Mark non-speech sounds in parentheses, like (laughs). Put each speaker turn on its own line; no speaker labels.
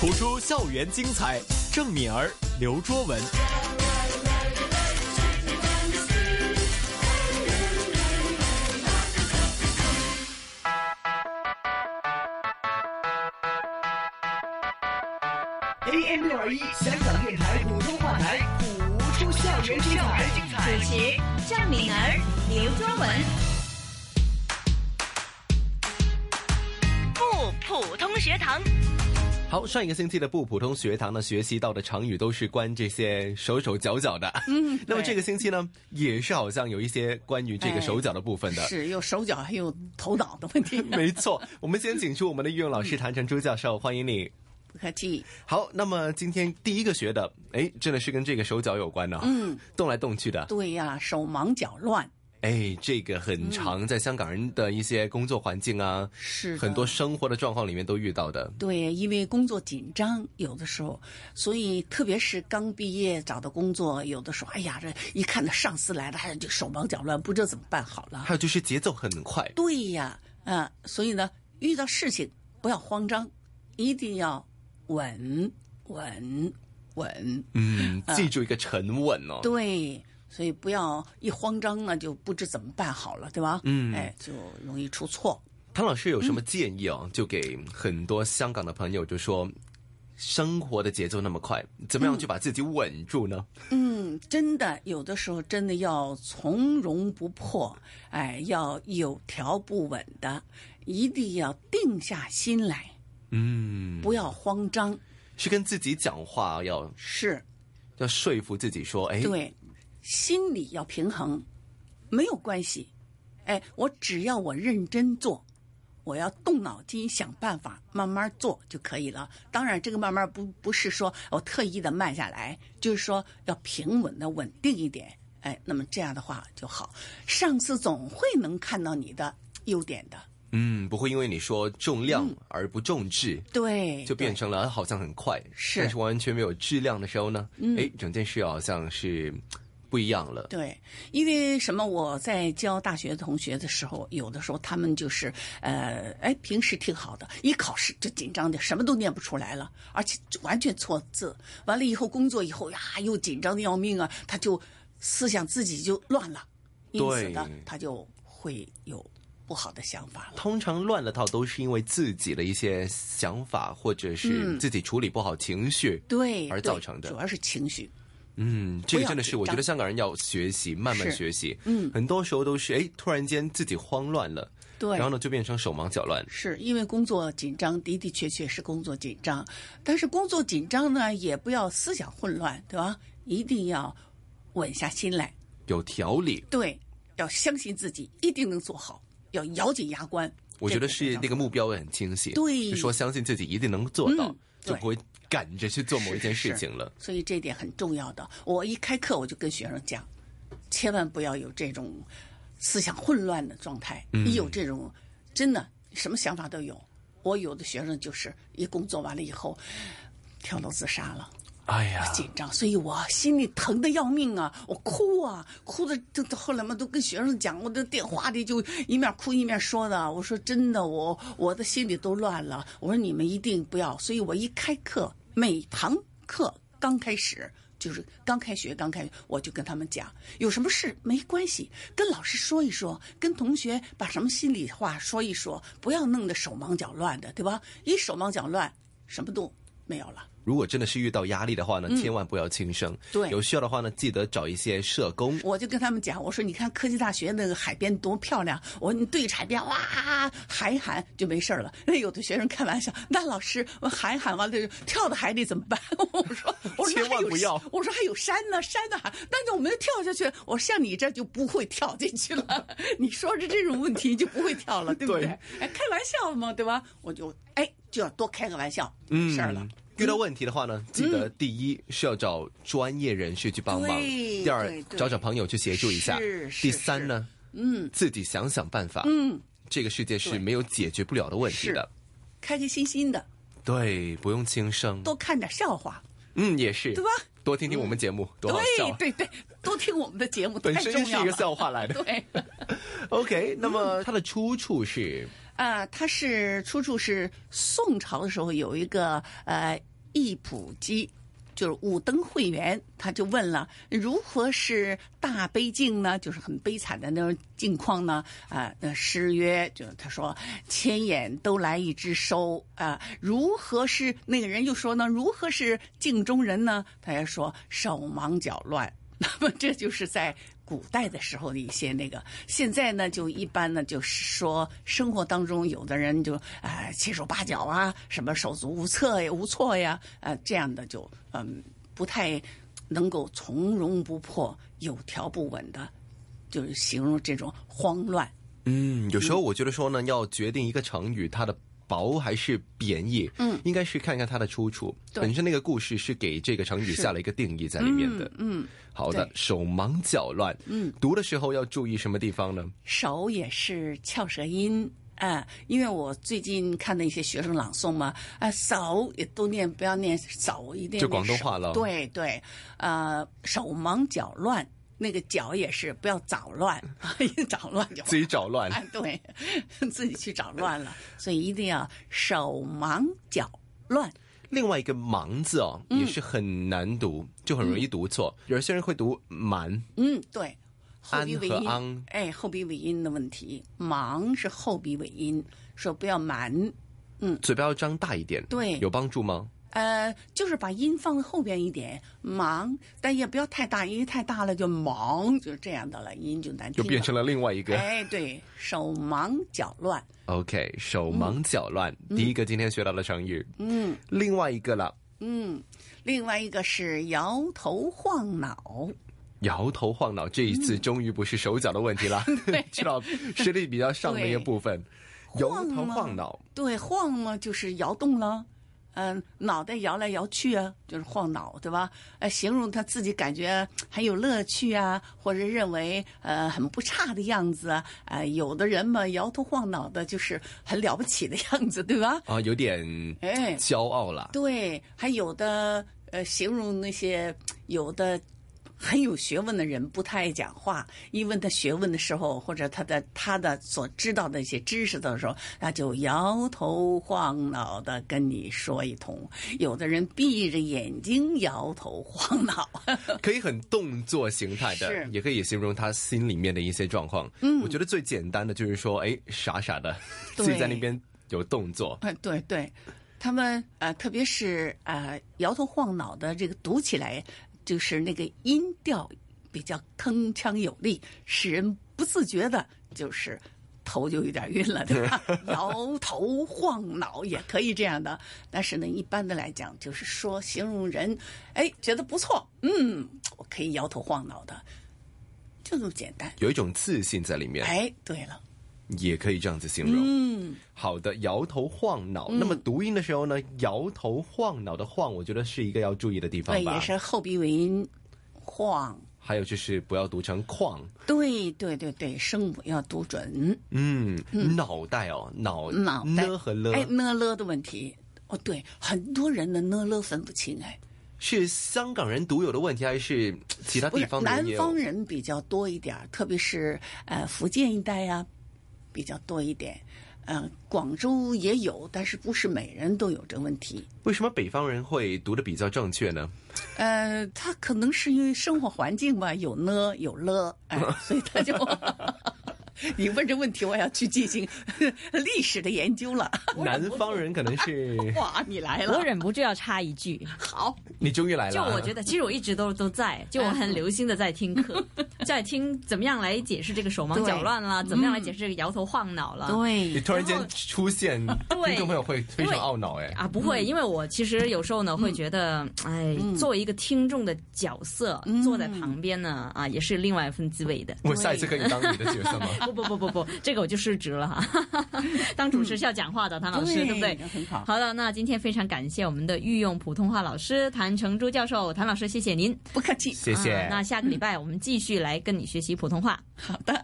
谱出校园精彩。郑敏儿、刘卓文，
AM 六二一香港电台普通话台，谱出校园精彩。
主持郑敏儿、刘卓文，不普通学堂。
好，上一个星期的不普通学堂呢，学习到的成语都是关于这些手手脚脚的。嗯， (laughs) 那么这个星期呢，也是好像有一些关于这个手脚的部分的。
是有手脚还有头脑的问题。
(laughs) 没错，我们先请出我们的御用老师谭成珠教授，欢迎你。
不客气，
好，那么今天第一个学的，哎，真的是跟这个手脚有关呢、
嗯，
动来动去的，
对呀、手忙脚乱
哎，这个很常在香港人的一些工作环境啊，
是的
很多生活的状况里面都遇到的。
对，因为工作紧张，有的时候，所以特别是刚毕业找到工作，有的时候，哎呀，这一看到上司来了，哎，就手忙脚乱，不知道怎么办好了。
还有就是节奏很快，
对呀，啊，所以呢，遇到事情不要慌张，一定要稳稳稳。
嗯，记住一个沉稳哦。
对，所以不要一慌张呢就不知怎么办好了，对吧？
嗯
哎，就容易出错。
唐老师有什么建议哦？就给很多香港的朋友就说，生活的节奏那么快，怎么样去把自己稳住呢？
嗯，真的，有的时候真的要从容不迫，哎，要有条不紊的，一定要定下心来，
嗯，
不要慌张。
是跟自己讲话，要
是
要说服自己说，哎，
对，心里要平衡，没有关系。哎，我只要我认真做，我要动脑筋想办法，慢慢做就可以了。当然，这个慢慢不不是说我特意的慢下来，就是说要平稳的、稳定一点。哎，那么这样的话就好，上司总会能看到你的优点的。
嗯，不会因为你说重量而不重质，
对，
就变
嗯哎对
成了好像很快，
是嗯
但是完全没有质量的时候呢，哎、整件事好像是不一样了。
对，因为什么？我在教大学同学的时候，有的时候他们就是，呃，哎，平时挺好的，一考试就紧张的，什么都念不出来了，而且就完全错字。完了以后，工作以后呀，又紧张的要命啊，他就思想自己就乱了，因此呢
对，
他就会有不好的想法了。
通常乱了套都是因为自己的一些想法，或者是
嗯
自己处理不好情绪，
对，
而
对
造成的
主要是情绪。
嗯，这个真的
不
是，
要紧张
我觉得香港人要学习，慢慢
是
学习。
嗯
很多时候都是，哎，突然间自己慌乱了，
对
然后呢就变成手忙脚乱。
是因为工作紧张，的的确确是工作紧张，但是工作紧张呢，也不要思想混乱，对吧？一定要稳下心来，
有条理，
对，要相信自己一定能做好，要咬紧牙关。
我觉得
这个
是
非
那
常
个目标很清晰，
对
就说相信自己一定能做到
嗯，
就
对
不会赶着去做某一件事情了。
所以这一点很重要的。我一开课我就跟学生讲，千万不要有这种思想混乱的状态。
嗯
一有这种，真的什么想法都有。我有的学生就是一工作完了以后，跳楼自杀了。
哎呀，
紧张，所以我心里疼的要命啊！我哭啊，哭的这这后来嘛，都跟学生讲，我的电话里就一面哭一面说的。我说真的，我我的心里都乱了。我说你们一定不要，所以我一开课，每堂课刚开始。就是刚开学，刚开学我就跟他们讲，有什么事没关系，跟老师说一说，跟同学把什么心里话说一说，不要弄得手忙脚乱的，对吧？一手忙脚乱，什么都没有了。
如果真的是遇到压力的话呢，千万不要轻生。
嗯对
有需要的话呢，记得找一些社工。
我就跟他们讲，我说你看科技大学那个海边多漂亮，我说你对着海边哇喊一喊就没事儿了。 (laughs) 那有的学生开玩笑，那老师我喊一喊完了就跳到海里怎么办？ (laughs) 我说我说
千万
那还有
不要
我说还有山呢，山呢，但是我们跳下去，我像你这就不会跳进去了。 (laughs) 你说是这种问题就不会跳了，对不对？
对
哎，开玩笑嘛，对吧？我就哎就要多开个玩笑，没事儿了。
嗯
嗯
遇到问题的话呢，记得第一是要找专业人士去帮忙，
对
第二
对对
找找朋友去协助一下
是，是
第三呢，嗯，自己想想办法。嗯，这个世界是
对
没有解决不了的问题的，
开开心心的，
对，不用轻生。
多看点笑话。
嗯，也是，
对吧？
多听听我们节目，多好笑。
对对对，多听我们的节目，
本
太
身
重
是
要
一
(laughs) 了。
个笑话来的。
对，
OK，那么它的出处是
啊，它是出处是宋朝的时候有一个呃易卜机。就是五灯会员，他就问了，如何是大悲境呢？就是很悲惨的那种境况呢？啊、那诗曰，就他说，千眼都来一只收啊、如何是那个人又说呢？如何是镜中人呢？他还说手忙脚乱。 (laughs) 那么这就是在古代的时候的一些那个，现在呢就一般呢就是说生活当中有的人就呃七手八脚啊，什么手足无策呀、无措呀，呃这样的就嗯不太能够从容不迫、有条不紊的，就是形容这种慌乱。
嗯，有时候我觉得说呢，要决定一个成语它的薄还是贬义，嗯，应该是看看它的出处。
对
本身那个故事是给这个成语
是
下了一个定义在里面的。
嗯，嗯
好的
对，
手忙脚乱，嗯，读的时候要注意什么地方呢？
手也是翘舌音。啊、因为我最近看的一些学生朗诵嘛，啊、手也都念，不要念手，一定要
就
念
广东
手
话了
对对，呃，手忙脚乱，那个脚也是不要早乱， (laughs) 一早乱就
自己找乱。
啊，对， (laughs) 自己去找乱了，所以一定要手忙脚乱。
(laughs) 另外一个“忙”字哦，
嗯
也是很难读，就很容易读错。有些人会读“蛮
嗯，对，后鼻尾
安和昂
音，哎，后鼻尾音的问题，忙是后鼻尾音，说不要瞒。”，
嘴巴要张大一点，
对
有帮助吗？
呃，就是把音放在后边一点，忙，但也不要太大，因为太大了就忙，就是这样的了，音就难听
又
了。
变成了另外一个。
哎，对手忙脚乱，
OK，手忙脚乱，第一个今天学到的成语。
嗯
另外一个啦，
嗯。另外一个是摇头晃脑，
摇头晃脑，这一
嗯
次终于不是手脚的问
(laughs)
题啦， (laughs) 知道实力比较上的一个部分。摇头晃脑，
对，晃嘛就是摇动了，嗯、脑袋摇来摇去啊，就是晃脑，对吧？呃，形容他自己感觉很有乐趣啊，或者认为呃很不差的样子啊。呃，有的人嘛摇头晃脑的，就是很了不起的样子，对吧？
啊，有点
哎，
骄傲啦。
对，还有的呃，形容那些有的很有学问的人不太爱讲话，一问他学问的时候，或者他的他的所知道的一些知识的时候，他就摇头晃脑的跟你说一通。有的人闭着眼睛摇头晃脑，
可以很动作形态的
是，
也可以形容他心里面的一些状况。嗯，我觉得最简单的就是说，哎，傻傻的，
对
自己在那边有动作，
哎，对对，他们呃，特别是呃摇头晃脑的这个读起来，就是那个音调比较铿锵有力，使人不自觉的，就是头就有点晕了，对吧？摇头晃脑也可以这样的，但是呢，一般的来讲，就是说形容人，哎，觉得不错，嗯，我可以摇头晃脑的，就这么简单。
有一种自信在里面，
哎，对了，
也可以这样子形容。
嗯，
好的，摇头晃脑。那么读音的时候呢，摇头晃脑的晃，我觉得是一个要注意的地
对，
方吧
也。是后鼻尾音晃。
还有就是不要读成旷，
对对对对，声母要读准。
嗯，脑袋哦，脑
脑袋
呢和了、
哎，呢了的问题，哦，对，很多人的呢了分不清，哎，
是香港人独有的问题，还是其他
不
地
是
方的
南
人也有
方人比较多一点儿，特别是呃福建一带啊，比较多一点。嗯、广州也有，但是不是每人都有这问题。
为什么北方人会读的比较正确呢？
呃，他可能是因为生活环境吧，有呢有了，
(laughs)
哎，所以他就。 (laughs) 你问这问题，我要去进行 (laughs) 历史的研究了。
南方人可能是
哇，你来了，
我忍不住要插一句，
好。
你终于来了，
(laughs) 就我觉得，其实我一直都都 (laughs) 在，就我很留心的在听 (laughs) 课，在听怎么样来解释这个手忙脚乱啦，怎么样来解释这个摇头晃脑啦。
对
你突然间出现，
对
听众朋友会非常懊恼哎。
啊，不会，因为我其实有时候呢会觉得，哎，作为一个听众的角色，坐在旁边呢，啊，也是另外一份滋味的。
我下一次可以当你的角色吗？
(laughs) 不不不不不，这个我就失职了哈。 (laughs) 当主持是要讲话的，谭老师，对不对？
嗯很好。
好的，那今天非常感谢我们的御用普通话老师谭成珠教授，谭老师，谢谢您。啊
不客气。
谢谢。
啊那下个礼拜我们继续来跟你学习普通话。
好的。